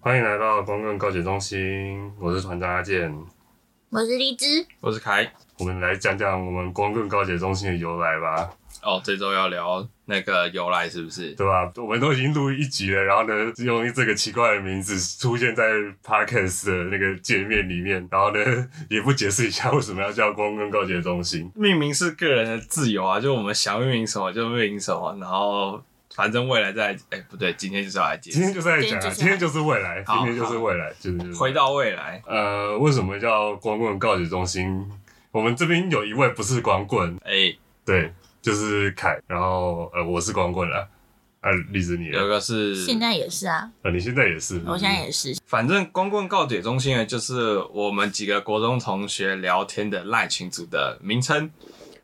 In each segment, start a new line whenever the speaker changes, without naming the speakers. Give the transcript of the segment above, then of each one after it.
欢迎来到光棍告解中心，我是团长阿健。
我是荔枝，
我是凯。
我们来讲讲我们光棍告解中心的由来吧，
哦，这周要聊那个由来是不是？
对吧？我们都已经录一集了，然后呢，用这个奇怪的名字出现在 podcast 的那个界面里面，然后呢，也不解释一下为什么要叫光棍告解中心。
命名是个人的自由啊，就我们想命名什么就命名什么，然后反正未来再哎、不对，今天就是要来解
今
释，
天就是在讲啊，今
今
天
天
就
就是
未来，今
好
天就是未来，就是就是
回到未来。
呃，为什么叫光棍告解中心？我们这边有一位不是光棍，
哎、
对，就是凯，然后呃，我是光棍了，啊，栗子你呢
有一个是
现在也是啊，
啊，你现在也是，
我现在也是，
反正光棍告解中心呢，就是我们几个国中同学聊天的赖群组的名称。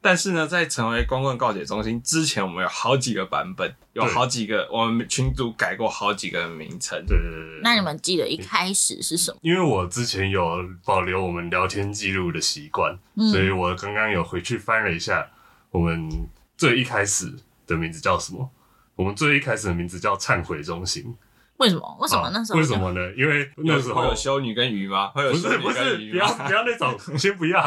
但是呢，在成为光棍告解中心之前，我们有好几个版本，有
对
好几个我们群组改过好几个名称。
对对对对。
那你们记得一开始是什么？
因为我之前有保留我们聊天记录的习惯，所以
嗯，
我刚刚有回去翻了一下，我们最一开始的名字叫什么？我们最一开始的名字叫忏悔中心。
为什么？为
为
什么那时候？
啊为什？么呢？因为那时
会
候
有修女跟鱼吗？会有
不
修
是
女
不是
跟，鱼
不要
吗？
不要那种， 先不要。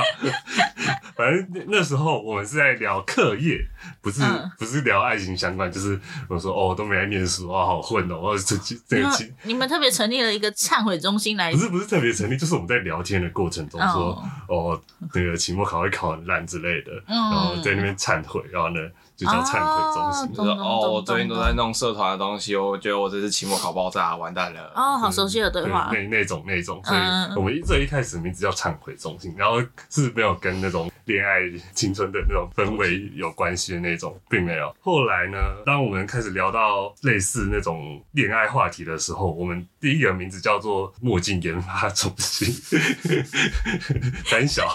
反正那那时候我们是在聊课业，不是、
嗯
不是聊爱情相关，就是我说哦，都没来念书啊，好混哦，哦这这
你
这个
们你们特别成立了一个忏悔中心来
不是不是特别成立，就是我们在聊天的过程中说
哎哦，
哦，那个期末考会考很烂之类的，
嗯
然后在那边忏悔，然后呢就叫忏悔中心。
就是
咚咚
哦，
咚
我最近
咚
都
咚
在弄社团的东西，我觉得我这次期末考爆炸，完蛋
啊
了。
哦，
嗯
好熟悉的对话，
那那种那种，所以
嗯
我们最一开始名字叫忏悔中心，然后是没有跟那种恋爱青春的那种氛围有关系的那种，并没有。后来呢，当我们开始聊到类似那种恋爱话题的时候，我们第一个名字叫做墨镜研发中心， 胆小，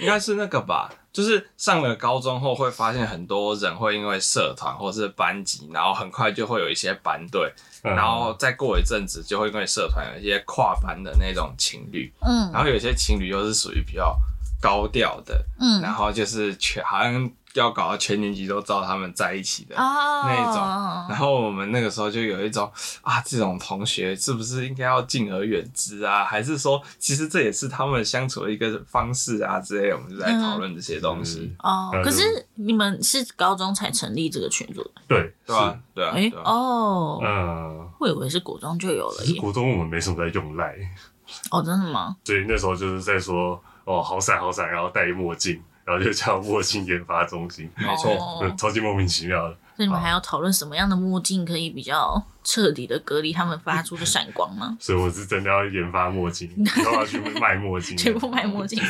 应该是那个吧，就是上了高中后会发现很多人会因为社团或是班级，然后很快就会有一些班队，
嗯
然后再过一阵子就会因为社团有一些跨班的那种情侣，
嗯
然后有些情侣又是属于比较高调的，
嗯，
然后就是全好像要搞到全年级都知道他们在一起的。
哦
那一然后我们那个时候就有一种啊，这种同学是不是应该要敬而远之啊？还是说，其实这也是他们相处的一个方式啊之类的？我们就在讨论这些东西，
哦
然后，就
可是你们是高中才成立这个群组的，
对，
对吧、对啊，
哎
对啊。
哦，
嗯。
我以为是国中就有了
只是
耶，
国中我们没什么在用赖，
哦，真的吗？
所以那时候就是在说哦好闪好闪，然后戴墨镜，然后就叫墨镜研发中心，
没错
哦
嗯， 超级莫名其妙的。？
所以你们还要讨论什么样的墨镜可以比较彻底的隔离他们发出的闪光吗
所以我是真的要研发墨 镜，然后要去卖墨镜，
全 部卖墨镜，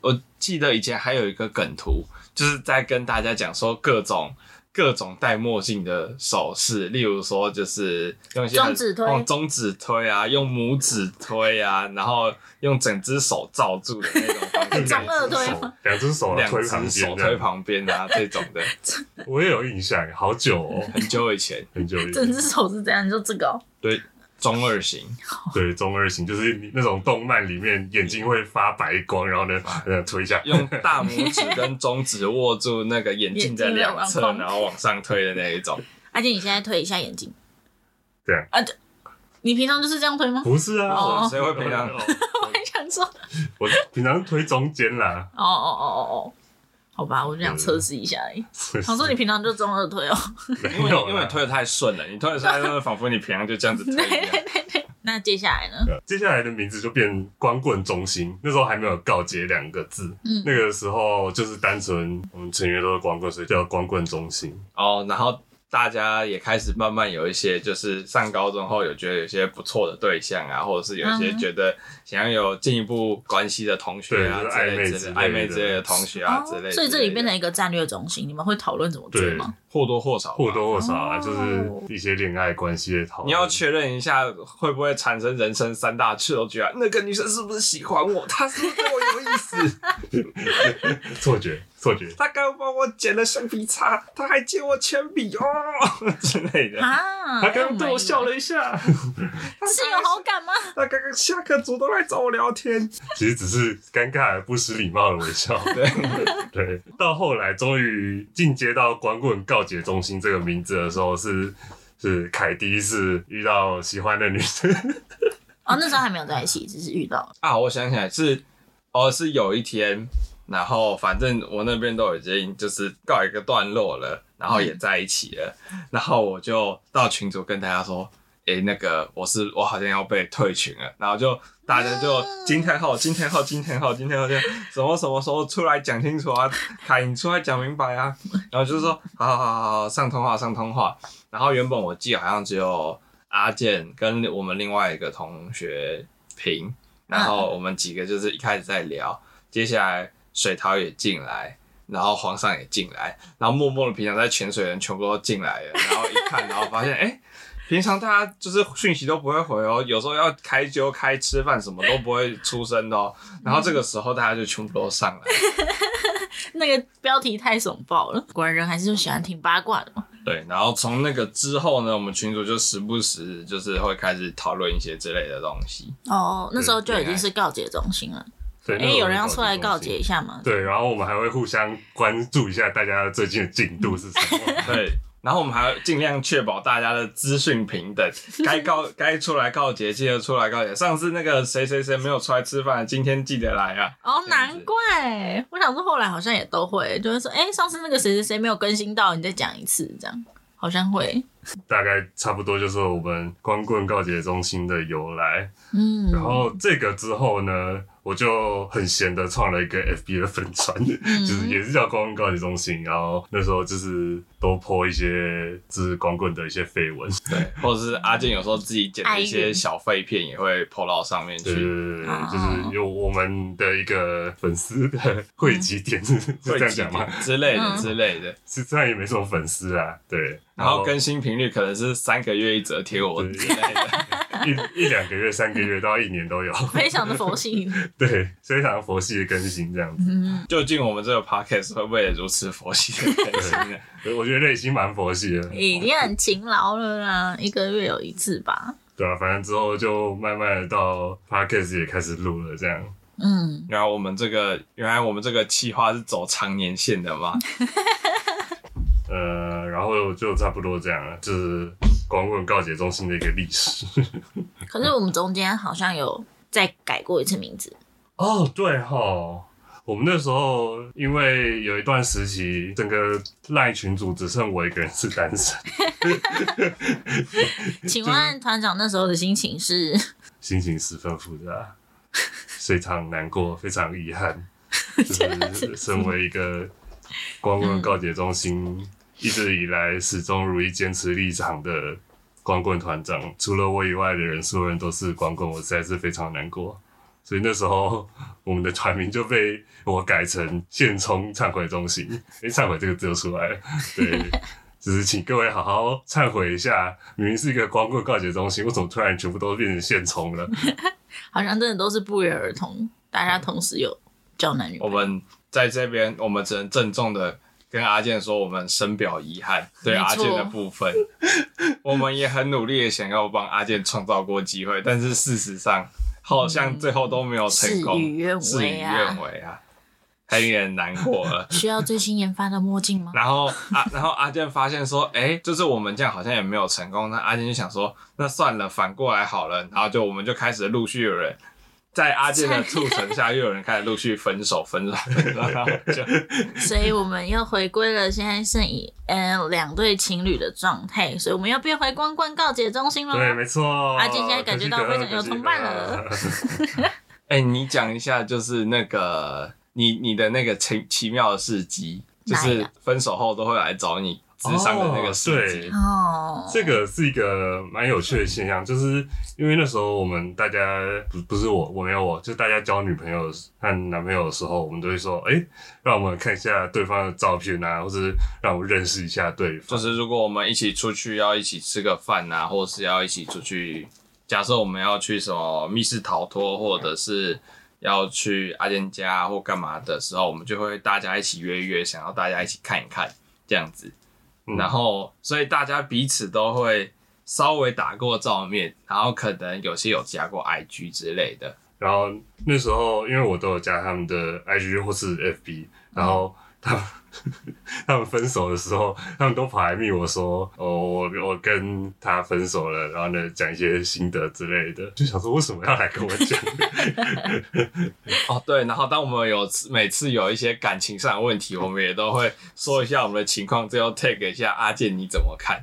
我记得以前还有一个梗图，就是在跟大家讲说各种。各种戴墨镜的手势，例如说就是用一些
中
很
指推
用中指推啊，用拇指推啊，然后用整只手罩住的那种方 式，
中二推
手，两只手啊
两
哦推旁
只
边
手
这
推
样，
旁边啊这种 的，
我也有印象，好久哦，
很久以前，
很久以
整
前。
只手是这样，你说这个哦，
对，中二型，
对，中二型就是你那种动漫里面眼睛会发白光，然后呢，呃，推一下，
用大拇指跟中指握住那个眼镜的两 侧
眼镜的，往上
然后往上推的那一种。
而且你现在推一下眼镜，
这样
啊，对你平常就是这样推吗？
不是啊，
哦
谁会平 常
哦
我还想说，哦
我平常推中间啦。
哦哦哦哦，好吧，我就想测试一下而已。
嗯
想说你平常就中二推哦，
没
因为
有啦
因为你推的太顺了，你推的太顺了，仿佛你平常就这样子推
对
一样
对。对对。那接下来呢？
接下来的名字就变光棍中心，那时候还没有“告捷”两个字，
嗯
那个时候就是单纯我们成员都是光棍，所以叫光棍中心。
哦，然后大家也开始慢慢有一些，就是上高中后有觉得有些不错的对象啊，或者是有一些
嗯
觉得想要有进一步关系的同学啊，
对就是
之类
暧昧
之类
之类的
暧昧之类的同学啊之类的。
哦所以这里变
得
成一个战略中心，你们会讨论怎么追
对，
吗？
或多或少吧
或多或少啊，
哦
就是一些恋爱关系的讨论。
你要确认一下，会不会产生人生三大错觉啊？那个女生是不是喜欢我？她是不是对我有 意思？
错觉，错觉，
她刚帮我捡了橡皮擦，她还借我铅笔哦之类的。
啊，
他刚刚
Oh my
对我笑了一 下。
God，是有好感吗？
她刚刚下课主动来找我聊天。
其实只是尴尬而不失礼貌的微 笑。
对
对，到后来终于进阶到光棍告解中心这个名字的时候是。是凯第一次遇到喜欢的女生，
哦，那时候还没有在一起，只是遇到了。
啊，我想起来是，哦，是有一天，然后反正我那边都已经就是告一个段落了，然后也在一起了，然后我就到群组跟大家说。诶、那个我是我好像要被退群了，然后就大家就惊叹号、惊叹号、惊叹号、惊叹号，就什么什么时候出来讲清楚啊？ 凯，你出来讲明白啊！然后就说好好好好好，上通话上通话。然后原本我记得好像只有阿健跟我们另外一个同学平，然后我们几个就是一开始在聊，接下来水桃也进来，然后皇上也进来，然后默默的平常在潜水的人全部都进来了，然后一看，然后发现哎。诶平常大家就是讯息都不会回哦，有时候要开揪、开吃饭什么都不会出声的哦。然后这个时候大家就全部都上来了，
那个标题太耸爆了，果然人还是就喜欢听八卦的嘛。
对，然后从那个之后呢，我们群主就时不时就是会开始讨论一些之类的东西。
哦，那时候就已经是告解中心了。
对，
哎、
那种
有人要出来告
东
解
西
一下吗？
对，然后我们还会互相关注一下大家最近的进度是什么。
对，然后我们还要尽量确保大家的资讯平等，该告该出来告捷，记得出来告捷。上次那个谁谁谁没有出来吃饭，今天记得来啊。
哦，
这样子
难怪，我想说后来好像也都会，就会说，哎、上次那个谁谁谁没有更新到，你再讲一次，这样好像会，
大概差不多就是我们光棍告解中心的由来。
嗯，
然后这个之后呢，我就很闲的创了一个 FB 的粉专，
嗯
就是也是叫光棍告解中心。然后那时候就是多泼一些就是光棍的一些绯闻，
对，或者是阿健有时候自己剪的一
哀
些
怨
小废片也会 PO 到上面
对
去。
对对，
啊
就是有我们的一个粉丝的 汇集点，是
嗯
这样讲吗？
之类的
嗯
之类的，
是虽然也没什么粉丝啊，对，
然后更新频率可能是三个月一则贴文之类的。
一一两个月、三个月到一年都有，
非常的佛系，
对，非常佛系的更新这样子。
嗯
究竟我们这个 podcast 会不会也如此佛系的更新呢？
我觉得已经蛮佛系的，
已经很勤劳了啦，一个月有一次吧，
对啊，反正之后就慢慢的到 podcast 也开始录了，这样
嗯，
原来我们这个原来我们这个计划是走长年线 的吗？
呃，然后就差不多这样了，就是光棍告解中心的一个历史。
可是我们中间好像有再改过一次名字，
哦，对吼，我们那时候因为有一段时期，整个赖群组只剩我一个人是单身，
嗯
请问团长那时候的心情是，
心情十分复杂， 非常难过，非常遗 憾，啊就是身为一个光棍告解中心一直以来始终如一坚持立场的光棍团长，除了我以外的人，所有人都是光棍，我实在是非常难过。所以那时候我们的团名就被我改成“现充忏悔中心”，因为忏悔这个字就出 来了。对，就是请各位好好忏悔一下，明明是一个光棍告解中心，为什么突然全部都变成现充了？
好像真的都是不约而同，大家同时有交男女朋
我
友，
们在这边，我们只能郑重的跟阿健说，我们深表遗憾对
没错
阿健的 部分。我们也很努力的想要帮阿健创造过机会，但是事实上好像最后都没有成功，
事与愿违啊
事与愿违啊，还有点难过了。
需要最新研发的墨镜吗？
然后阿、然后阿健发现说，哎、就是我们这样好像也没有成功。那阿健就想说，那算了，反过来好了。然后就我们就开始陆续有人，在阿健的促成下，又有人开始陆续分手，分手，分手，然后就
所以我们又回归了，现在剩以嗯两对情侣的状态，所以我们要变回光棍告解中心喽。
对，没错。
阿健现在啊感觉到非常有同伴了
可惜可惜可惜
哎、你讲一下，就是那个你你的那个奇奇妙的事迹，就
哪一
是
个
分手后都会来找你智商的那个事迹。
哦，
这个是一个蛮有趣的现象，就是因为那时候我们大家不不是我，我没有我，就大家交女朋友和男朋友的时候，我们都会说，哎、让我们看一下对方的照片啊，或者是让我认识一下对
就
方。
是如果我们一起出去要一起吃个饭啊，或是要一起出去，假设我们要去什么密室逃脱，或者是要去阿健家或干嘛的时候，我们就会大家一起约一约，想要大家一起看一看这样子。
嗯
然后，所以大家彼此都会稍微打过照面，然后可能有些有加过 IG 之类的。
然后那时候因为我都有加他们的 IG 或是 FB，然后他们、他们分手的时候，他们都跑来密我说，哦，我我跟他分手了，然后呢讲一些心得之类的，就想说为什么要来跟我讲？
哦，对，然后当我们有每次有一些感情上的问题，我们也都会说一下我们的情况，最后 take 一下阿健你怎么看？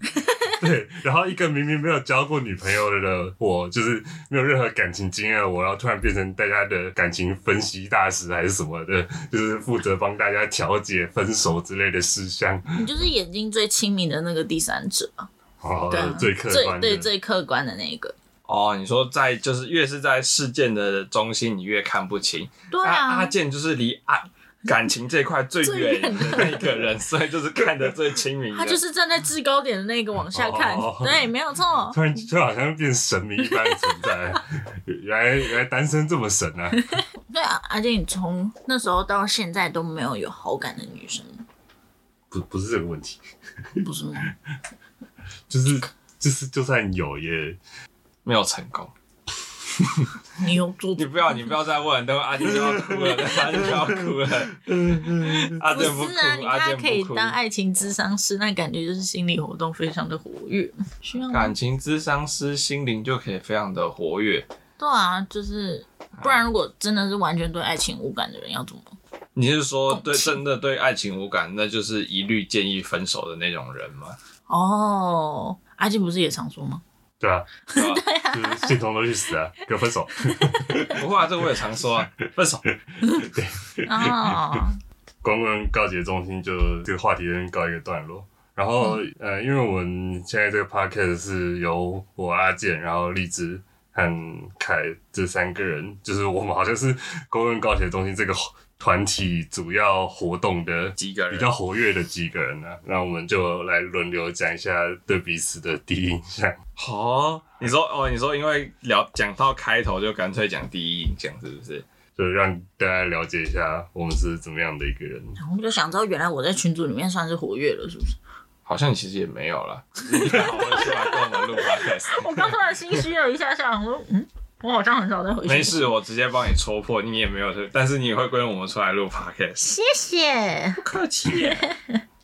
对，然后一个明明没有交过女朋友的我，就是没有任何感情经验的我，然后突然变成大家的感情分析大师还是什么的，就是负责帮大家调解分手之类的事项。
你就是眼睛最亲民的那个第三者啊，
哦
对啊，，
最客观的，
对最客观的那一个，
哦，你说在就是越是在事件的中心，你越看不清。
对
阿阿
啊，
健就是离阿感情这一块最
最
远
远
的那一个人，所以就是看得最清明的。
他就是站在制高点的那个往下看
哦，
对，没有错。
突然就好像变神明一般的存在， 原来原来单身这么神啊！
对啊，而且你从那时候到现在都没有有好感的女生，
不不是这个问题，
不是吗？
就是就是就算有也，
没有成功。
你有做
你不要，你不要再问，等会阿健就要哭了，等会阿健就要哭了。阿
不
健哭
是啊，你，看
阿
他
健
可以
不哭。
当爱情咨商师，那感觉就是心理活动非常的活跃，需要吗
感情智商师心灵就可以非常的活跃。
对啊，就是不
啊
然如果真的是完全对爱情无感的人要怎么？
你是说
共
对
情
真的对爱情无感，那就是一律建议分手的那种人 吗？
哦，阿静不是也常说吗？
对啊，
对吧
就是性同都去死啊，给我分手！
不会啊，这我也常说啊，分手。
啊，
光棍告解中心就这个话题先告一个段落。然后、呃，因为我们现在这个 podcast 是由我阿健，然后荔枝和凯这三个人，就是我们好像是光棍告解中心这个团体主要活动的
几个人
比较活跃的几个人呢、那我们就来轮流讲一下对彼此的第一印象。
哦，你说哦，你说因为聊讲到开头就干脆讲第一印象是不是？
就让大家了解一下我们是怎么样的一个人。
然后我就想知道，原来我在群组里面算是活跃了，是不是？
好像其实也没有了，你把我们出来跟我们录 podcast。
我刚突然心虚了一下下，想说，嗯，我好像很少在回
没事，我直接帮你戳破，你也没有，但是你也会跟我们出来录 podcast。
谢谢。
不客气。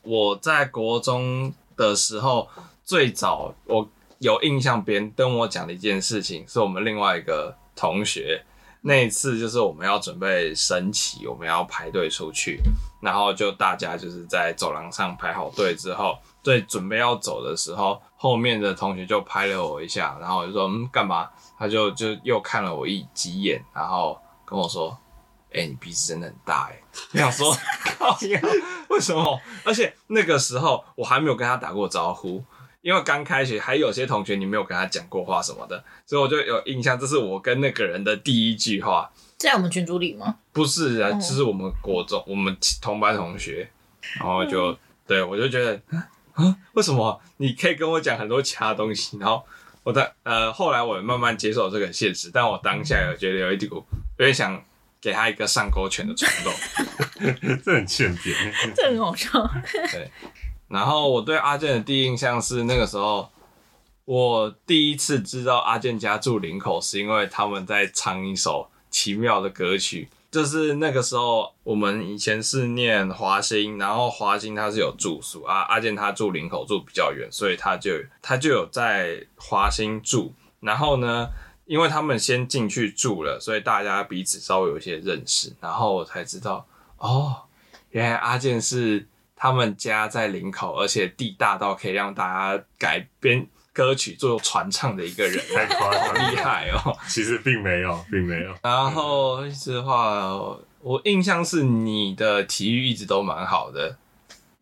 我在国中的时候，最早我有印象，别人跟我讲的一件事情，是我们另外一个同学。那一次就是我们要准备升旗，我们要排队出去，然后就大家就是在走廊上排好队之后，对准备要走的时候，后面的同学就拍了我一下，然后我就说嗯干嘛？他就就又看了我一几眼，然后跟我说，哎、你鼻子真的很大 哎、我想说，靠呀，为什么？而且那个时候我还没有跟他打过招呼，因为刚开学，还有些同学你没有跟他讲过话什么的，所以我就有印象，这是我跟那个人的第一句话。
在我们群组里吗？
不是啊，
嗯
就是我们国中我们同班同学，然后就、对我就觉得啊，为什么你可以跟我讲很多其他东西？然后我的呃，后来我也慢慢接受这个现实，但我当下有觉得有一股有点想给他一个上勾拳的冲动。
这很欠扁。欸
这很好笑。
然后我对阿健的第一印象是那个时候，我第一次知道阿健家住林口，是因为他们在唱一首奇妙的歌曲。就是那个时候，我们以前是念华兴，然后华兴他是有住宿啊，阿健他住林口住比较远，所以他就他就有在华兴住。然后呢，因为他们先进去住了，所以大家彼此稍微有一些认识，然后我才知道哦，原来阿健是他们家在林口，而且地大到可以让大家改编歌曲做传唱的一个人，
太夸张
厉
了，
害哦！
其实并没有，并没有。
嗯
然后一直的话，我印象是你的体育一直都蛮好的，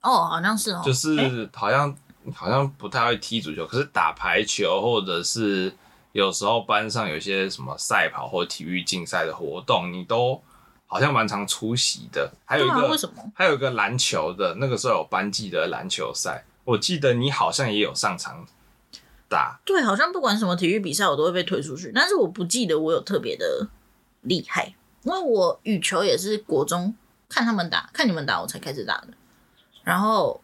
哦，好像是哦。
就是好像好像不太会踢足球，可是打排球或者是有时候班上有一些什么赛跑或体育竞赛的活动，你都好像蛮常出席的。还有
对
一
啊，
个
为什么？
还有一个篮球的，那个时候有班级的篮球赛，我记得你好像也有上场打。
对，好像不管什么体育比赛，我都会被推出去。但是我不记得我有特别的厉害，因为我羽球也是国中看他们打，看你们打我才开始打的。然后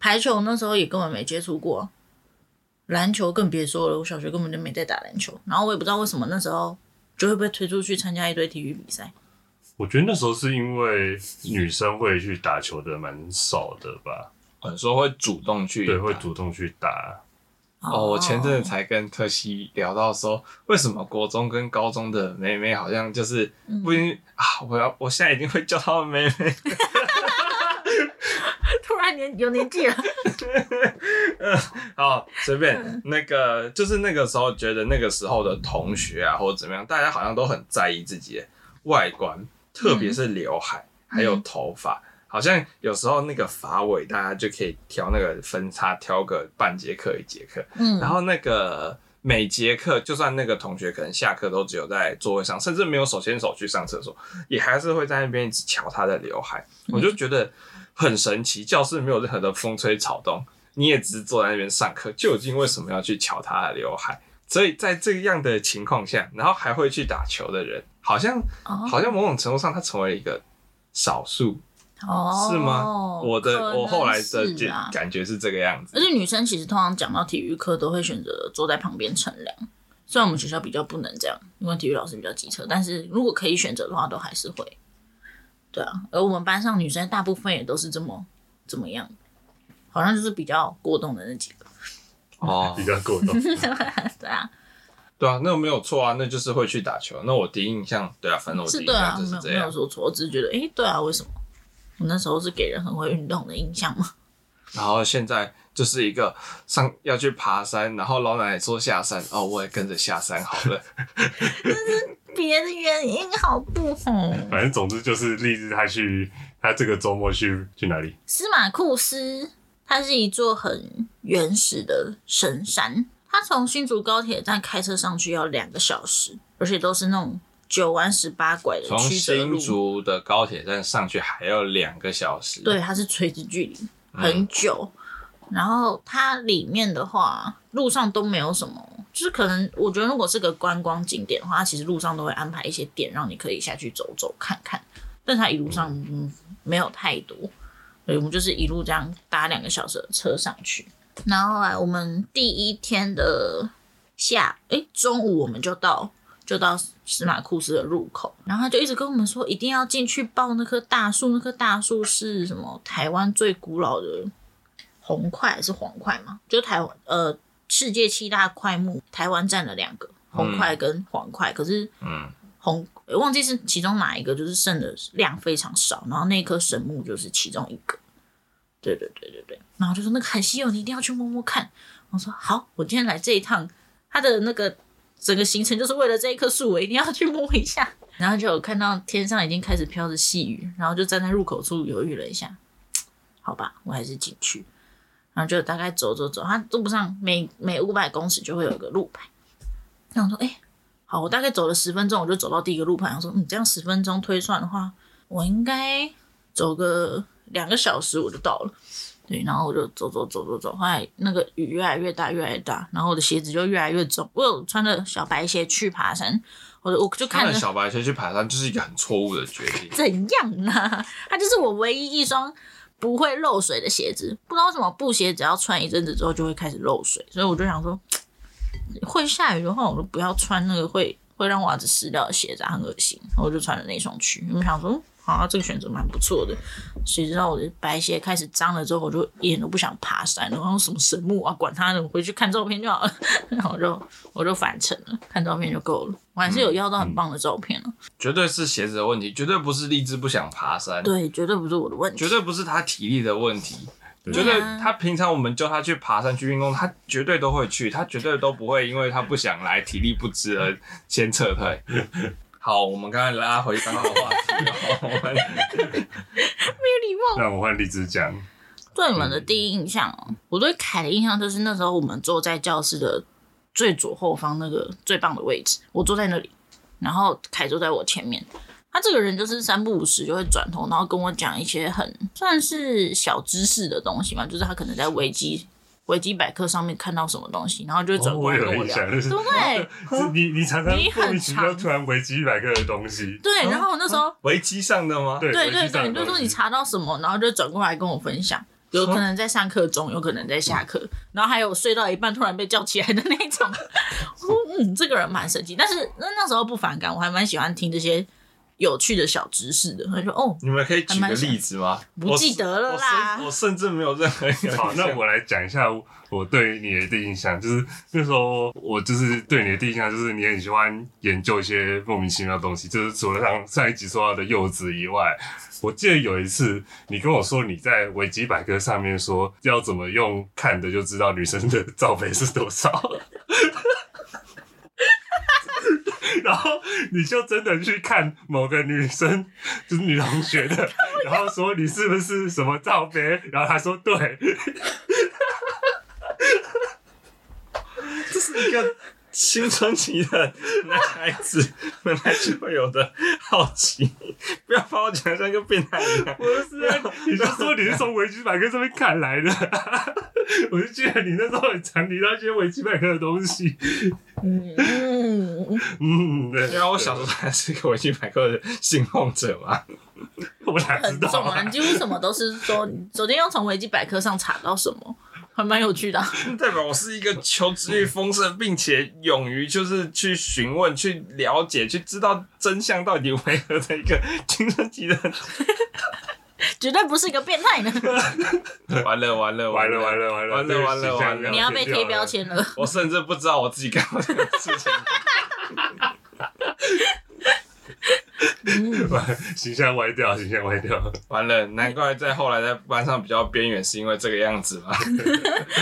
排球那时候也根本没接触过，篮球更别说了，我小学根本就没在打篮球。然后我也不知道为什么那时候就会被推出去参加一堆体育比赛。
我觉得那时候是因为女生会去打球的蛮少的吧，
很呃说会主动去
对，会
打
主动去打。
哦，我前阵子才跟特西聊到说，为什么国中跟高中的妹妹好像就是不一定、啊，我要我现在已经会叫她们妹妹，
突然年有年纪了，
哦，随便那个就是那个时候觉得那个时候的同学啊或者怎么样，大家好像都很在意自己的外观，特别是刘海、还有头发，好像有时候那个发尾大家就可以挑那个分叉，挑个半节课一节课，
嗯
然后那个每节课，就算那个同学可能下课都只有在座位上，甚至没有手牵手去上厕所，也还是会在那边一直瞧他的刘海。
嗯
我就觉得很神奇，教室没有任何的风吹草动，你也只是坐在那边上课，究竟为什么要去瞧他的刘海？所以在这样的情况下，然后还会去打球的人，好像
哦
好像某种程度上，他成为一个少数，
哦，
是吗？我
可
的
能
我后来的
是啊
感感觉是这个样子
而。且女生其实通常讲到体育课，都会选择坐在旁边乘凉。虽然我们学校比较不能这样，因为体育老师比较机车，但是如果可以选择的话，都还是会。对啊，而我们班上女生大部分也都是这么怎么样，好像就是比较过动的那几个。
哦
比较过动，
对啊，
对啊，那没有错啊，那就是会去打球。那我第一印象，对啊，反正我
是
第一印
对啊，
象就
没
是
有
这
没
样
有。说错，我只是觉得，诶，对啊，为什么？我那时候是给人很会运动的印象嘛。
然后现在就是一个上要去爬山，然后老奶奶说下山，哦，我也跟着下山好 了。
别的原因好不好？
反正总之就是励志他去，他这个周末去去哪里？
司马库斯，它是一座很原始的神山。它从新竹高铁站开车上去要两个小时，而且都是那种九弯十八拐的
从
曲折
新
路。
竹的高铁站上去还要两个小时。
对，，它是垂直距离，很久。然后它里面的话，路上都没有什么，就是可能我觉得如果是个观光景点的话，它其实路上都会安排一些点让你可以下去走走看看，但它一路上嗯没有太多，所以我们就是一路这样搭两个小时的车上去。然后啊，我们第一天的下，诶，中午我们就到就到司马库斯的入口，然后他就一直跟我们说，一定要进去抱那棵大树，那棵大树是什么？台湾最古老的红块还是黄块嘛？就台湾呃世界七大块木，台湾占了两个，红块跟黄块，可是
嗯，
红呃忘记是其中哪一个，就是剩的量非常少，然后那棵神木就是其中一个。对对对对对，然后就说那个很稀有，你一定要去摸摸看。我说好，我今天来这一趟，它的那个整个行程就是为了这一棵树，我一定要去摸一下。然后就有看到天上已经开始飘着细雨，然后就站在入口处犹豫了一下，好吧，我还是进去。然后就大概走走走，它路上每每五百公尺就会有一个路牌。然后我说，哎、好，我大概走了十分钟，我就走到第一个路牌，我说，嗯，这样十分钟推算的话，我应该走个两个小时我就到了。对，然后我就走走走走走，后来那个雨越来越大，越来越大，然后我的鞋子就越来越重。我有穿着小白鞋去爬山，我我就
看
看
了
着
小白鞋去爬山就是一个很错误的决定。
怎样啊？ 它就是我唯一一双不会漏水的鞋子。不知道为什么布鞋，只要穿一阵子之后就会开始漏水，所以我就想说，会下雨的话，我就不要穿那个会会让袜子湿掉的鞋子、啊，很恶心。然后我就穿了那双去，我想说，好、啊，这个选择蛮不错的。谁知道我的白鞋开始脏了之后，我就一点都不想爬山了。然后什么神木啊，管他呢，我回去看照片就好了。 然后我就我就返程了，看照片就够了。我还是有要到很棒的照片了。
绝对是鞋子的问题，绝对不是荔枝不想爬山，
对，绝对不是我的问题。
绝对不是他体力的问题。
对
绝对，
啊
他平常我们叫他去爬山去运动，他绝对都会去，他绝对都不会因为他不想来、体力不支而先撤 退。好，我们刚才拉回刚刚的话题 哦，我们
礼貌。
那我换荔枝讲，
对你们的第一印象哦，我对凯的印象就是那时候我们坐在教室的最左后方那个最棒的位置，我坐在那里，然后凯坐在我前面。他这个人就是三不五时就会转头，然后跟我讲一些很算是小知识的东西嘛，就是他可能在维基维基百科上面看到什么东西，然后就会转
哦
过
我
来跟
有
我
印
聊，
象，就是
对不 对？
是你你常常
你很
莫名其妙
常
突然维基百科的东西，
对，然后我那时候
维基上的吗？
对
对
维
对
基上
对，
的
你就
东
说
西
你查到什么，然后就转过来跟我分享。有可能在上课中，有可能在
嗯
下课，然后还有睡到一半突然被叫起来的那 种。我说嗯，这个人蛮神奇，但是那那时候不反感，我还蛮喜欢听这些有趣的小知识的。他说哦，
你们可以
还
举个
蛮想
例子吗？
不记得了啦
我甚我甚至没有任何一个印象。
好，那我来讲一下我对你的第一印象，就是那时候我就是对你的第一印象就是你很喜欢研究一些莫名其妙的东西，就是除了上上一集说到的柚子以外，我记得有一次你跟我说你在维基百科上面说要怎么用看的就知道女生的罩杯是多少。 然后你就真的去看某个女生，就是女同学的，然后说你是不是什么罩杯？然后她说对，
这是一个青春期的男孩子本来就会有的好奇，不要把我讲得像一个变态一样。
不是啊，你就说你是从维基百科上面看来的， 我就记得你那时候很常提到一些维基百科的东西。
嗯嗯，
嗯， 对，
因啊为我小时候还是个维基百科的信奉者嘛，
我哪知
很
道、
重 啊，
啊
你？几乎什么都是说，你昨天又从维基百科上查到什么，还蛮有趣的啊、
代表我是一个求知欲丰盛，并且勇于就是去询问、去了解、去知道真相到底为何的一个青春期的。
绝对不是一个变态呢。
完了完了
完了完了完了
完了完了完了
你要被贴标。签了。
我甚至不知道我自己干过这个事情。
这个形象歪 形象歪掉，形象歪掉。
完了，难怪在后来在班上比较边缘，是因为这个样子嘛。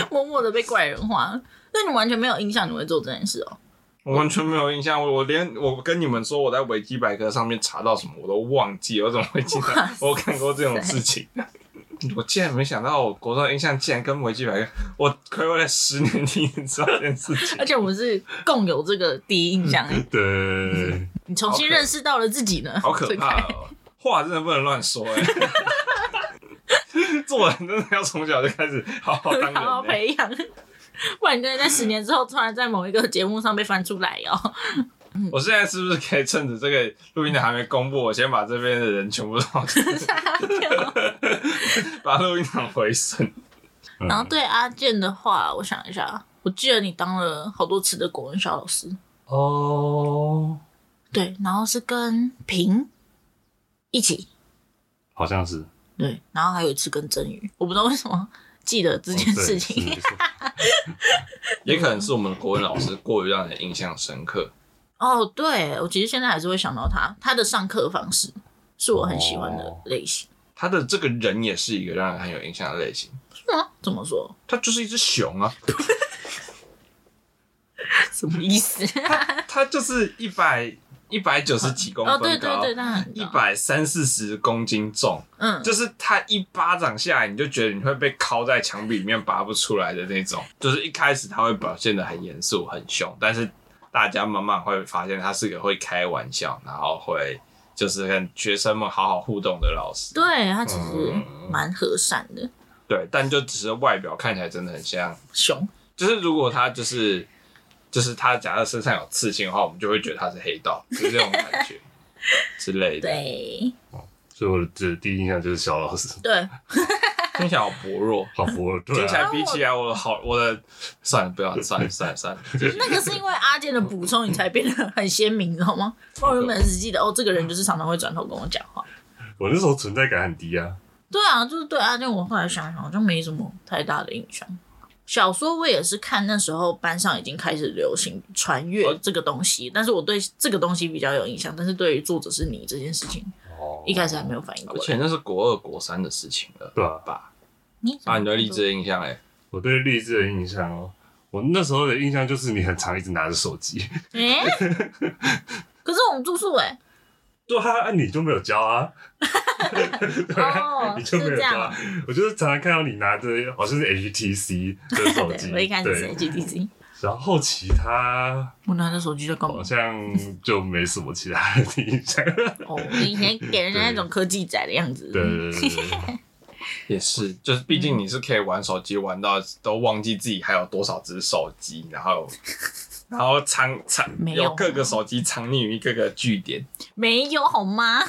默默的被怪人化。那你完全没有印象你会做这件事哦、
我完全没有印象，我我连我跟你们说我在维基百科上面查到什么我都忘记，我怎么会记
哇
得
塞
我看过这种事情？我竟然没想到，我国中的印象竟然跟维基百科，我亏我了十年第一次知道这件事情
而。且我们是共有这个第一印象、欸，
对，
你重新认识到了自己呢，
嗯好可
这个
怕哦！话真的不能乱说哎、 做人真的要从小就开始好好 当人、
好好
欸。
培养。不然你就会在十年之后突然在某一个节目上被翻出来哦、
我现在是不是可以趁着这个录音的还没公布，我先把这边的人 全部都把录音档回升？
然后对阿健的话，我想一下，我记得你当了好多次的国文小老师，
哦，
对，然后是跟平一起，
好像是
对，然后还有一次跟真宇，我不知道为什么记得这件事情。
哦对是没错
也可能是我们国文老师过于让人印象深刻。
哦，对，我其实现在还是会想到他，他的上课方式是我很喜欢的
哦
类型。
他的这个人也是一个让人很有印象的类型，
是吗？嗯怎么说？
他就是一只 熊啊，
什么意 思？
他就是一百一百九十几公
哦，对
分
对
高，
对，那很
一
高
百三四十公斤重，
嗯，
就是他一巴掌下来，你就觉得你会被敲在墙壁里面拔不出来的那种。就是一开始他会表现的很严肃、很凶，但是大家慢慢会发现他是个会开玩笑，然后会就是跟学生们好好互动的老师。
对他其实蛮和善
嗯
的，
对，但就只是外表看起来真的很像，
熊
就是如果他就是就是他假设身上有刺青的话，我们就会觉得他是黑道，就是这种感觉之类的。
对
所以我的第一印象就是小老师，
对，
听起来好薄弱。
好佛，对
听起
啊，
来比起来，我的好，我的算了，不要算了，算了，算了。
那个是因为阿健的补充，你才变得很鲜明，你知道 吗？不然我原本只记得哦，这个人就是常常会转头跟我讲话。
我那时候存在感很低啊。
对啊，就是对阿健，我后来想一想，好像没什么太大的印象。小说我也是看那时候班上已经开始流行传阅
哦
这个东西，但是我对这个东西比较有印象，但是对于作者是你这件事情，
哦
一开始还没有反应过
而
来。
且那是国二、国三的事情了
对啊，
吧？
你怎么
啊，你对励志的印象哎、
我对励志的印象哦，我那时候的印象就是你很常一直拿着手机。
哎、可是我们住宿哎、
对啊，你就没有教啊，对啊
哦，
你就没有
是这
教、
样
啊。我就是常常看到你拿着好像是 HTC 的手机，
对，我一开始是
对，
HTC，
然后其他
我拿着手机在干嘛
好？像就没什么其他的印象。
哦，以前给人家那种科技仔的样子。
对对对对对，
也是，就是毕竟你是可以玩手机玩到都忘记自己还有多少只手机，然后然后藏藏
没有
有各个手机藏匿于各个据点，
没有 好吗？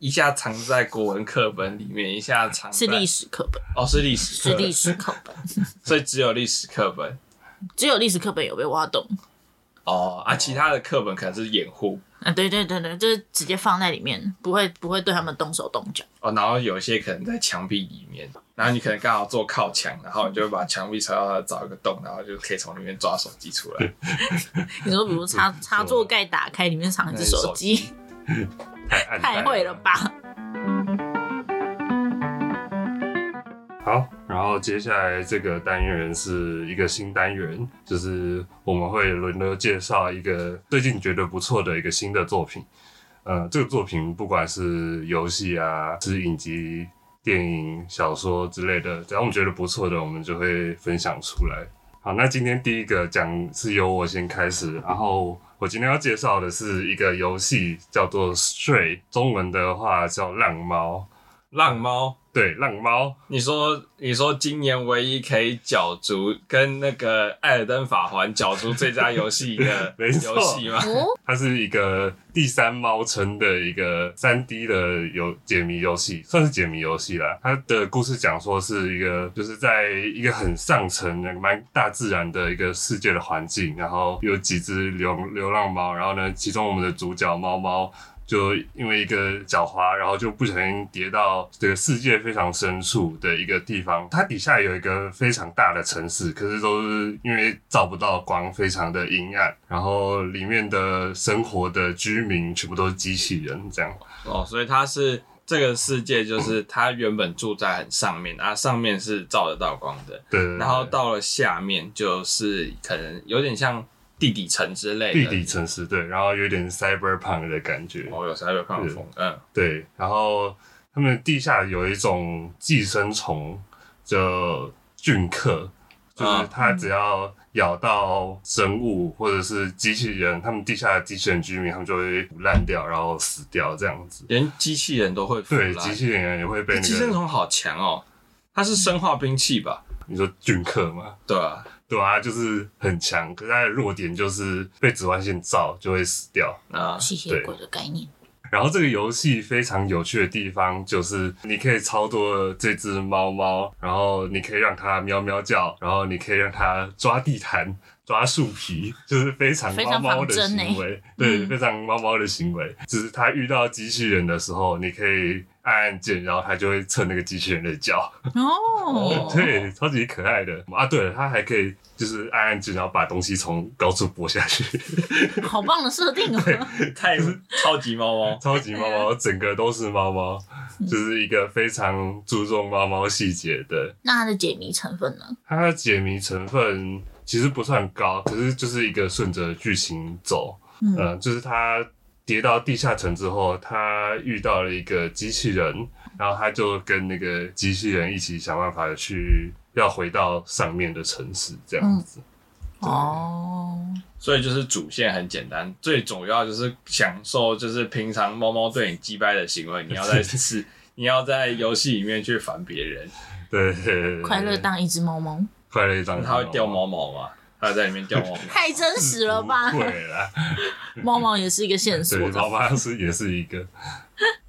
一下藏在国文课本里面，一下藏在
是历史课本，
哦是历史
是
课
历史课本，
所以只有历史课本
只有历史课本有被挖洞。
哦啊，其他的课本可能是掩护
啊，对对对对，就是直接放在里面，不会不会对他们动手动脚。
哦，然后有一些可能在墙壁里面，然后你可能刚好做靠墙，然后你就会把墙壁朝到找一个洞，然后就可以从里面抓手机出来。
你说，比如插插座盖打开，里面藏一只手机，
太暗淡
太会了吧？
好，然后接下来这个单元是一个新单元，就是我们会轮流介绍一个最近觉得不错的一个新的作品。呃，这个作品不管是游戏啊，是影集、电影、小说之类的，只要我们觉得不错的，我们就会分享出来。好，那今天第一个讲是由我先开始，然后我今天要介绍的是一个游戏，叫做《Stray》，中文的话叫浪猫。
浪猫，
对，浪猫，
你说你说今年唯一可以角逐跟那个《艾尔登法环》角逐最佳游戏的
没
游
错
戏吗？
哦，
它是一个第三猫村的一个三 D 的游解谜游戏，算是解谜游戏啦。它的故事讲说是一个，就是在一个很上层、蛮大自然的一个世界的环境，然后有几只流流浪猫，然后呢，其中我们的主角猫猫。就因为一个狡猾，然后就不小心跌到这个世界非常深处的一个地方。它底下有一个非常大的城市，可是都是因为照不到光，非常的阴暗。然后里面的生活的居民全部都是机器人，这样。
哦，所以它是这个世界，就是它原本住在很上面，啊，上面是照得到光的，
对对对
然后到了下面就是可能有点像地底层之类
地
的。
底城市，对，然后有点 cyberpunk 的感觉。
哦，有时候会看风，嗯，
对，然后他们地下有一种寄生虫叫菌克，就是
啊
它只要咬到生物或者是机器人，他们地下的机器人居民，他们就会腐烂掉，然后死掉这样子。
连机器人都会腐
对，
烂。
机器人也会被
这寄
那
生
个
虫好强哦，它是生化兵器吧？
你说菌克嘛，
对啊，
对啊，就是很强，可是它的弱点就是被紫外线照就会死掉。
啊，
吸血鬼的概念，
然后这个游戏非常有趣的地方就是，你可以操作这只猫猫，然后你可以让它喵喵叫，然后你可以让它抓地毯、抓树皮，就是非常
非
猫
常
猫的
仿真欸
行为。对，
嗯
非常猫猫的行为。只是它遇到机器人的时候，你可以按按键，然后它就会蹭那个机器人的脚。
哦，
哦
对，超级可爱的啊！对了，它还可以就是按按键，然后把东西从高处拨下去。
好棒的设定哦，
太超级猫猫，
超级猫 猫，整个都是猫猫，就是一个非常注重猫猫细节的。
那它的解谜成分呢？
它的解谜成分其实不算高，可是就是一个顺着剧情走。
嗯
呃，就是它跌到地下城之后，它遇到了一个机器人，然后它就跟那个机器人一起想办法去要回到上面的城市，这
嗯
样子。对
哦，
所以就是主线很简单，最主要就是享受，就是平常猫猫对你击败的行为，你 要在是你要在游戏里面去烦别人，
对对对，对
快乐当一只猫猫，。
快乐一张，
它会掉毛毛嘛，它在里面掉毛毛
太真实了吧
不？会 啦，
猫猫也是一个线索
对，
的
猫猫是也是一个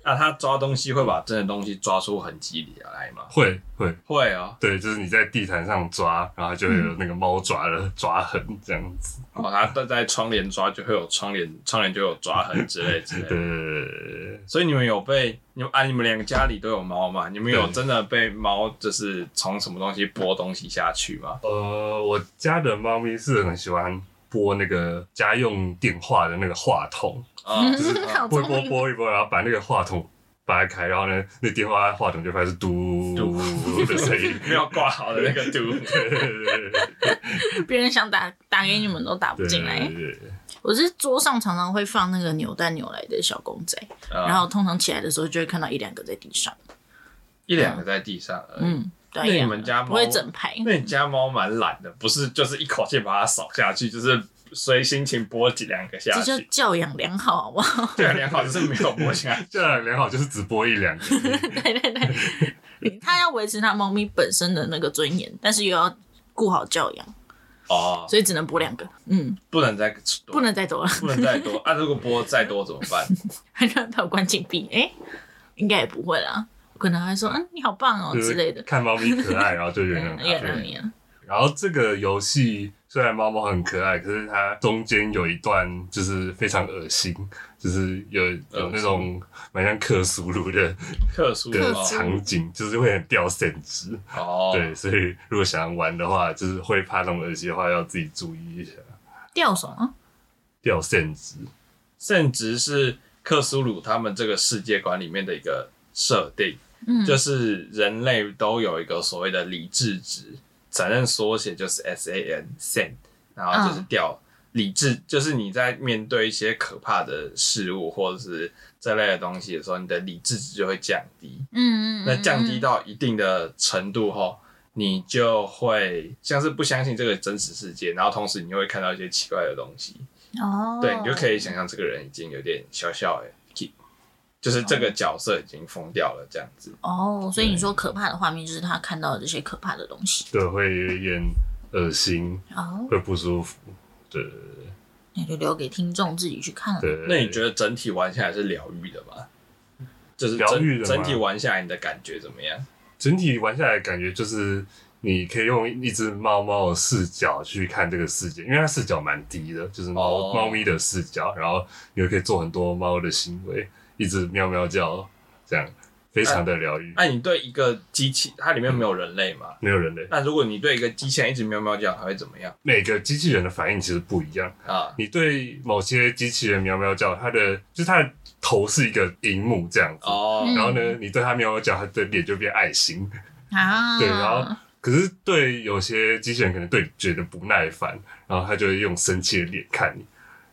那它啊抓东西会把真的东西抓出痕迹来吗？
会会
会哦，
对，就是你在地毯上抓，然后就会
嗯
有那个猫爪的抓痕这样子。
哦，它在在窗帘抓就会有窗帘，窗帘就有抓痕之类之类
对
的。所以你们有被你们啊？你们两个家里都有猫嘛？你们有
对
真的被猫就是从什么东西拨东西下去 吗？
呃，我家的猫咪是很喜欢拨那个家用电话的那个话筒，
啊、
嗯，好
拨一
聪
拨
明，
拨一拨，然后把那个话筒掰开，然后呢，那电话话筒就开始嘟
嘟
的声 音。
没有挂好的那个 嘟。
对对对对
别人想打打给你们都打不
对
进来
对。对对
我是桌上常常会放那个扭蛋扭来的小公仔，
啊
然后通常起来的时候就会看到一两个在地上，
一两个在地上而已。
嗯，对，
那
一
你
两个
们家猫
不会整排，
那你家猫蛮懒的，不是就是一口气把它扫下去，就是随心情拨几两个下
这叫
去。
教养良好，好 不好？
对啊，两口就是没有拨下
这样良好就是只播一两个，
对对对，它要维持它猫咪本身的那个尊严，但是又要顾好教养，
哦，
所以只能播两个，嗯，
不能再多
不能再多了，
不能再多啊！如果拨再多怎么 办？
还让它有关禁闭，哎、应该也不会啦，可能还说，嗯，你好棒哦、
就
之类
是
的，
看猫咪可爱，然后就原谅
嗯
它。
也让你了。
然后这个游戏虽然猫猫很可爱，可是它中间有一段就是非常恶心，就是有有那种蛮像克苏鲁的
特殊
的
克苏
哦
场景，就是会很掉线值。
哦，
对，所以如果想要玩的话，就是会怕那种恶心的话，要自己注意一下
掉什么？
掉线值。
甚至是克苏鲁他们这个世界观里面的一个设定，
嗯，
就是人类都有一个所谓的理智值，反正缩写就是 S A N SAN，然后就是掉理智，就是你在面对一些可怕的事物或者是这类的东西的时候，你的理智值就会降低。
嗯嗯，嗯
那降低到一定的程度后，你就会像是不相信这个真实世界，然后同时你又会看到一些奇怪的东西。
哦，
对你就可以想象这个人已经有点小小的 key，就是这个角色已经疯掉了这样子。
哦，所以你说可怕的画面就是他看到的这些可怕的东西
对，会有一点恶心，
哦，
会不舒服。对对
那就留给听众自己去看了。
对对。
那你觉得整体玩下来是疗愈的吗？就是
疗愈
整
的吗
整体玩下来你的感觉怎么样？
整体玩下来感觉就是，你可以用一只猫猫的视角去看这个世界，因为它视角蛮低的，就是猫
哦
猫、咪的视角，然后你又可以做很多猫的行为，一直喵喵叫，这样非常的疗愈。
那、你对一个机器，它里面没有人类嘛？
没有人类，
那如果你对一个机器人一直喵喵叫，它会怎么样
每个机器人的反应其实不一样。
啊？
嗯
你对某些机器人喵喵叫，它的就是它的头是一个荧幕这样子，
哦，
嗯
然后呢，你对它喵喵叫，它的脸就变爱心。
啊，
对，然后可是对有些机器人可能对你觉得不耐烦，然后他就会用生气的脸看你。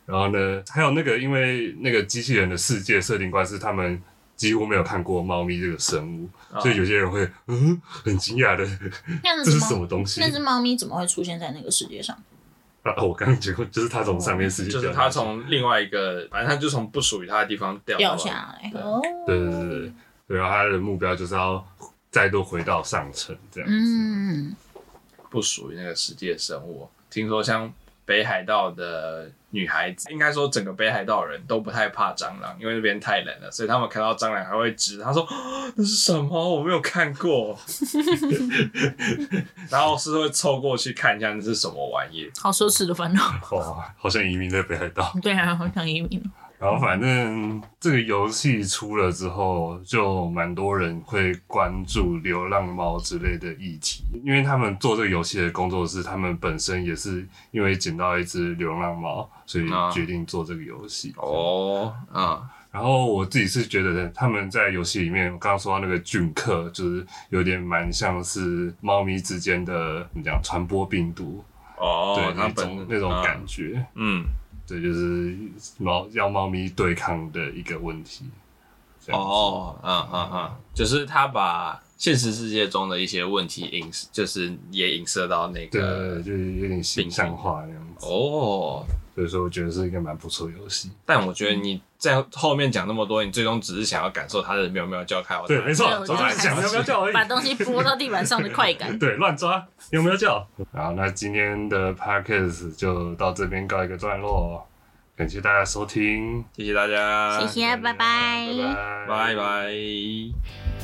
然后呢，还有那个，因为那个机器人的世界设定观是他们几乎没有看过猫咪这个生物，
啊
所以有些人会嗯很惊讶的，
那
这
只
是
猫
什么东西
那只猫咪怎么会出现在那个世界上？
啊？我刚刚结果就是他从上面世界
哦就
掉下
是
去，
它从另外一个，反正它就从不属于它的地方掉
掉
了
下来哦，
对对对对，对然后他的目标就是要再度回到上层这样。
嗯，
不属于那个世界的生物。听说像北海道的女孩子，应该说整个北海道人都不太怕蟑螂，因为那边太冷了，所以他们看到蟑螂还会指，他说哦那是什么？我没有看 过。然后是会凑过去看一下那是什么玩意。
好奢侈的烦恼。
哇，好像移民在北海道。
对啊，好想移民。
然后反正这个游戏出了之后，就蛮多人会关注流浪猫之类的议题，因为他们做这个游戏的工作室，他们本身也是因为捡到一只流浪猫，所以
啊
决定做这个游戏。
哦，嗯，
然后我自己是觉得他们在游戏里面，我刚刚说到那个菌克，就是有点蛮像是猫咪之间的怎么讲传播病毒，
哦
对，
它
那种
本
那种感，觉。
嗯，
对，就是猫要猫咪对抗的一个问题。这样子，
哦，嗯嗯嗯，就是他把现实世界中的一些问题影，就是也影射到那
对
个，
就是有点形象化那样子。
哦，
所以说，我觉得是一个蛮不错的游戏。
但我觉得你在后面讲那么多，你最终只是想要感受它的喵喵叫开我
对，没错
对我，
总
觉得
是想
还
喵
是
喵叫而
把
已。
东西拨到地板上的快感。
对，乱抓有没有叫？好，那今天的 podcast 就到这边告一个段落，感谢大家收听，
谢谢大家，
谢谢，拜拜
拜拜，
拜拜。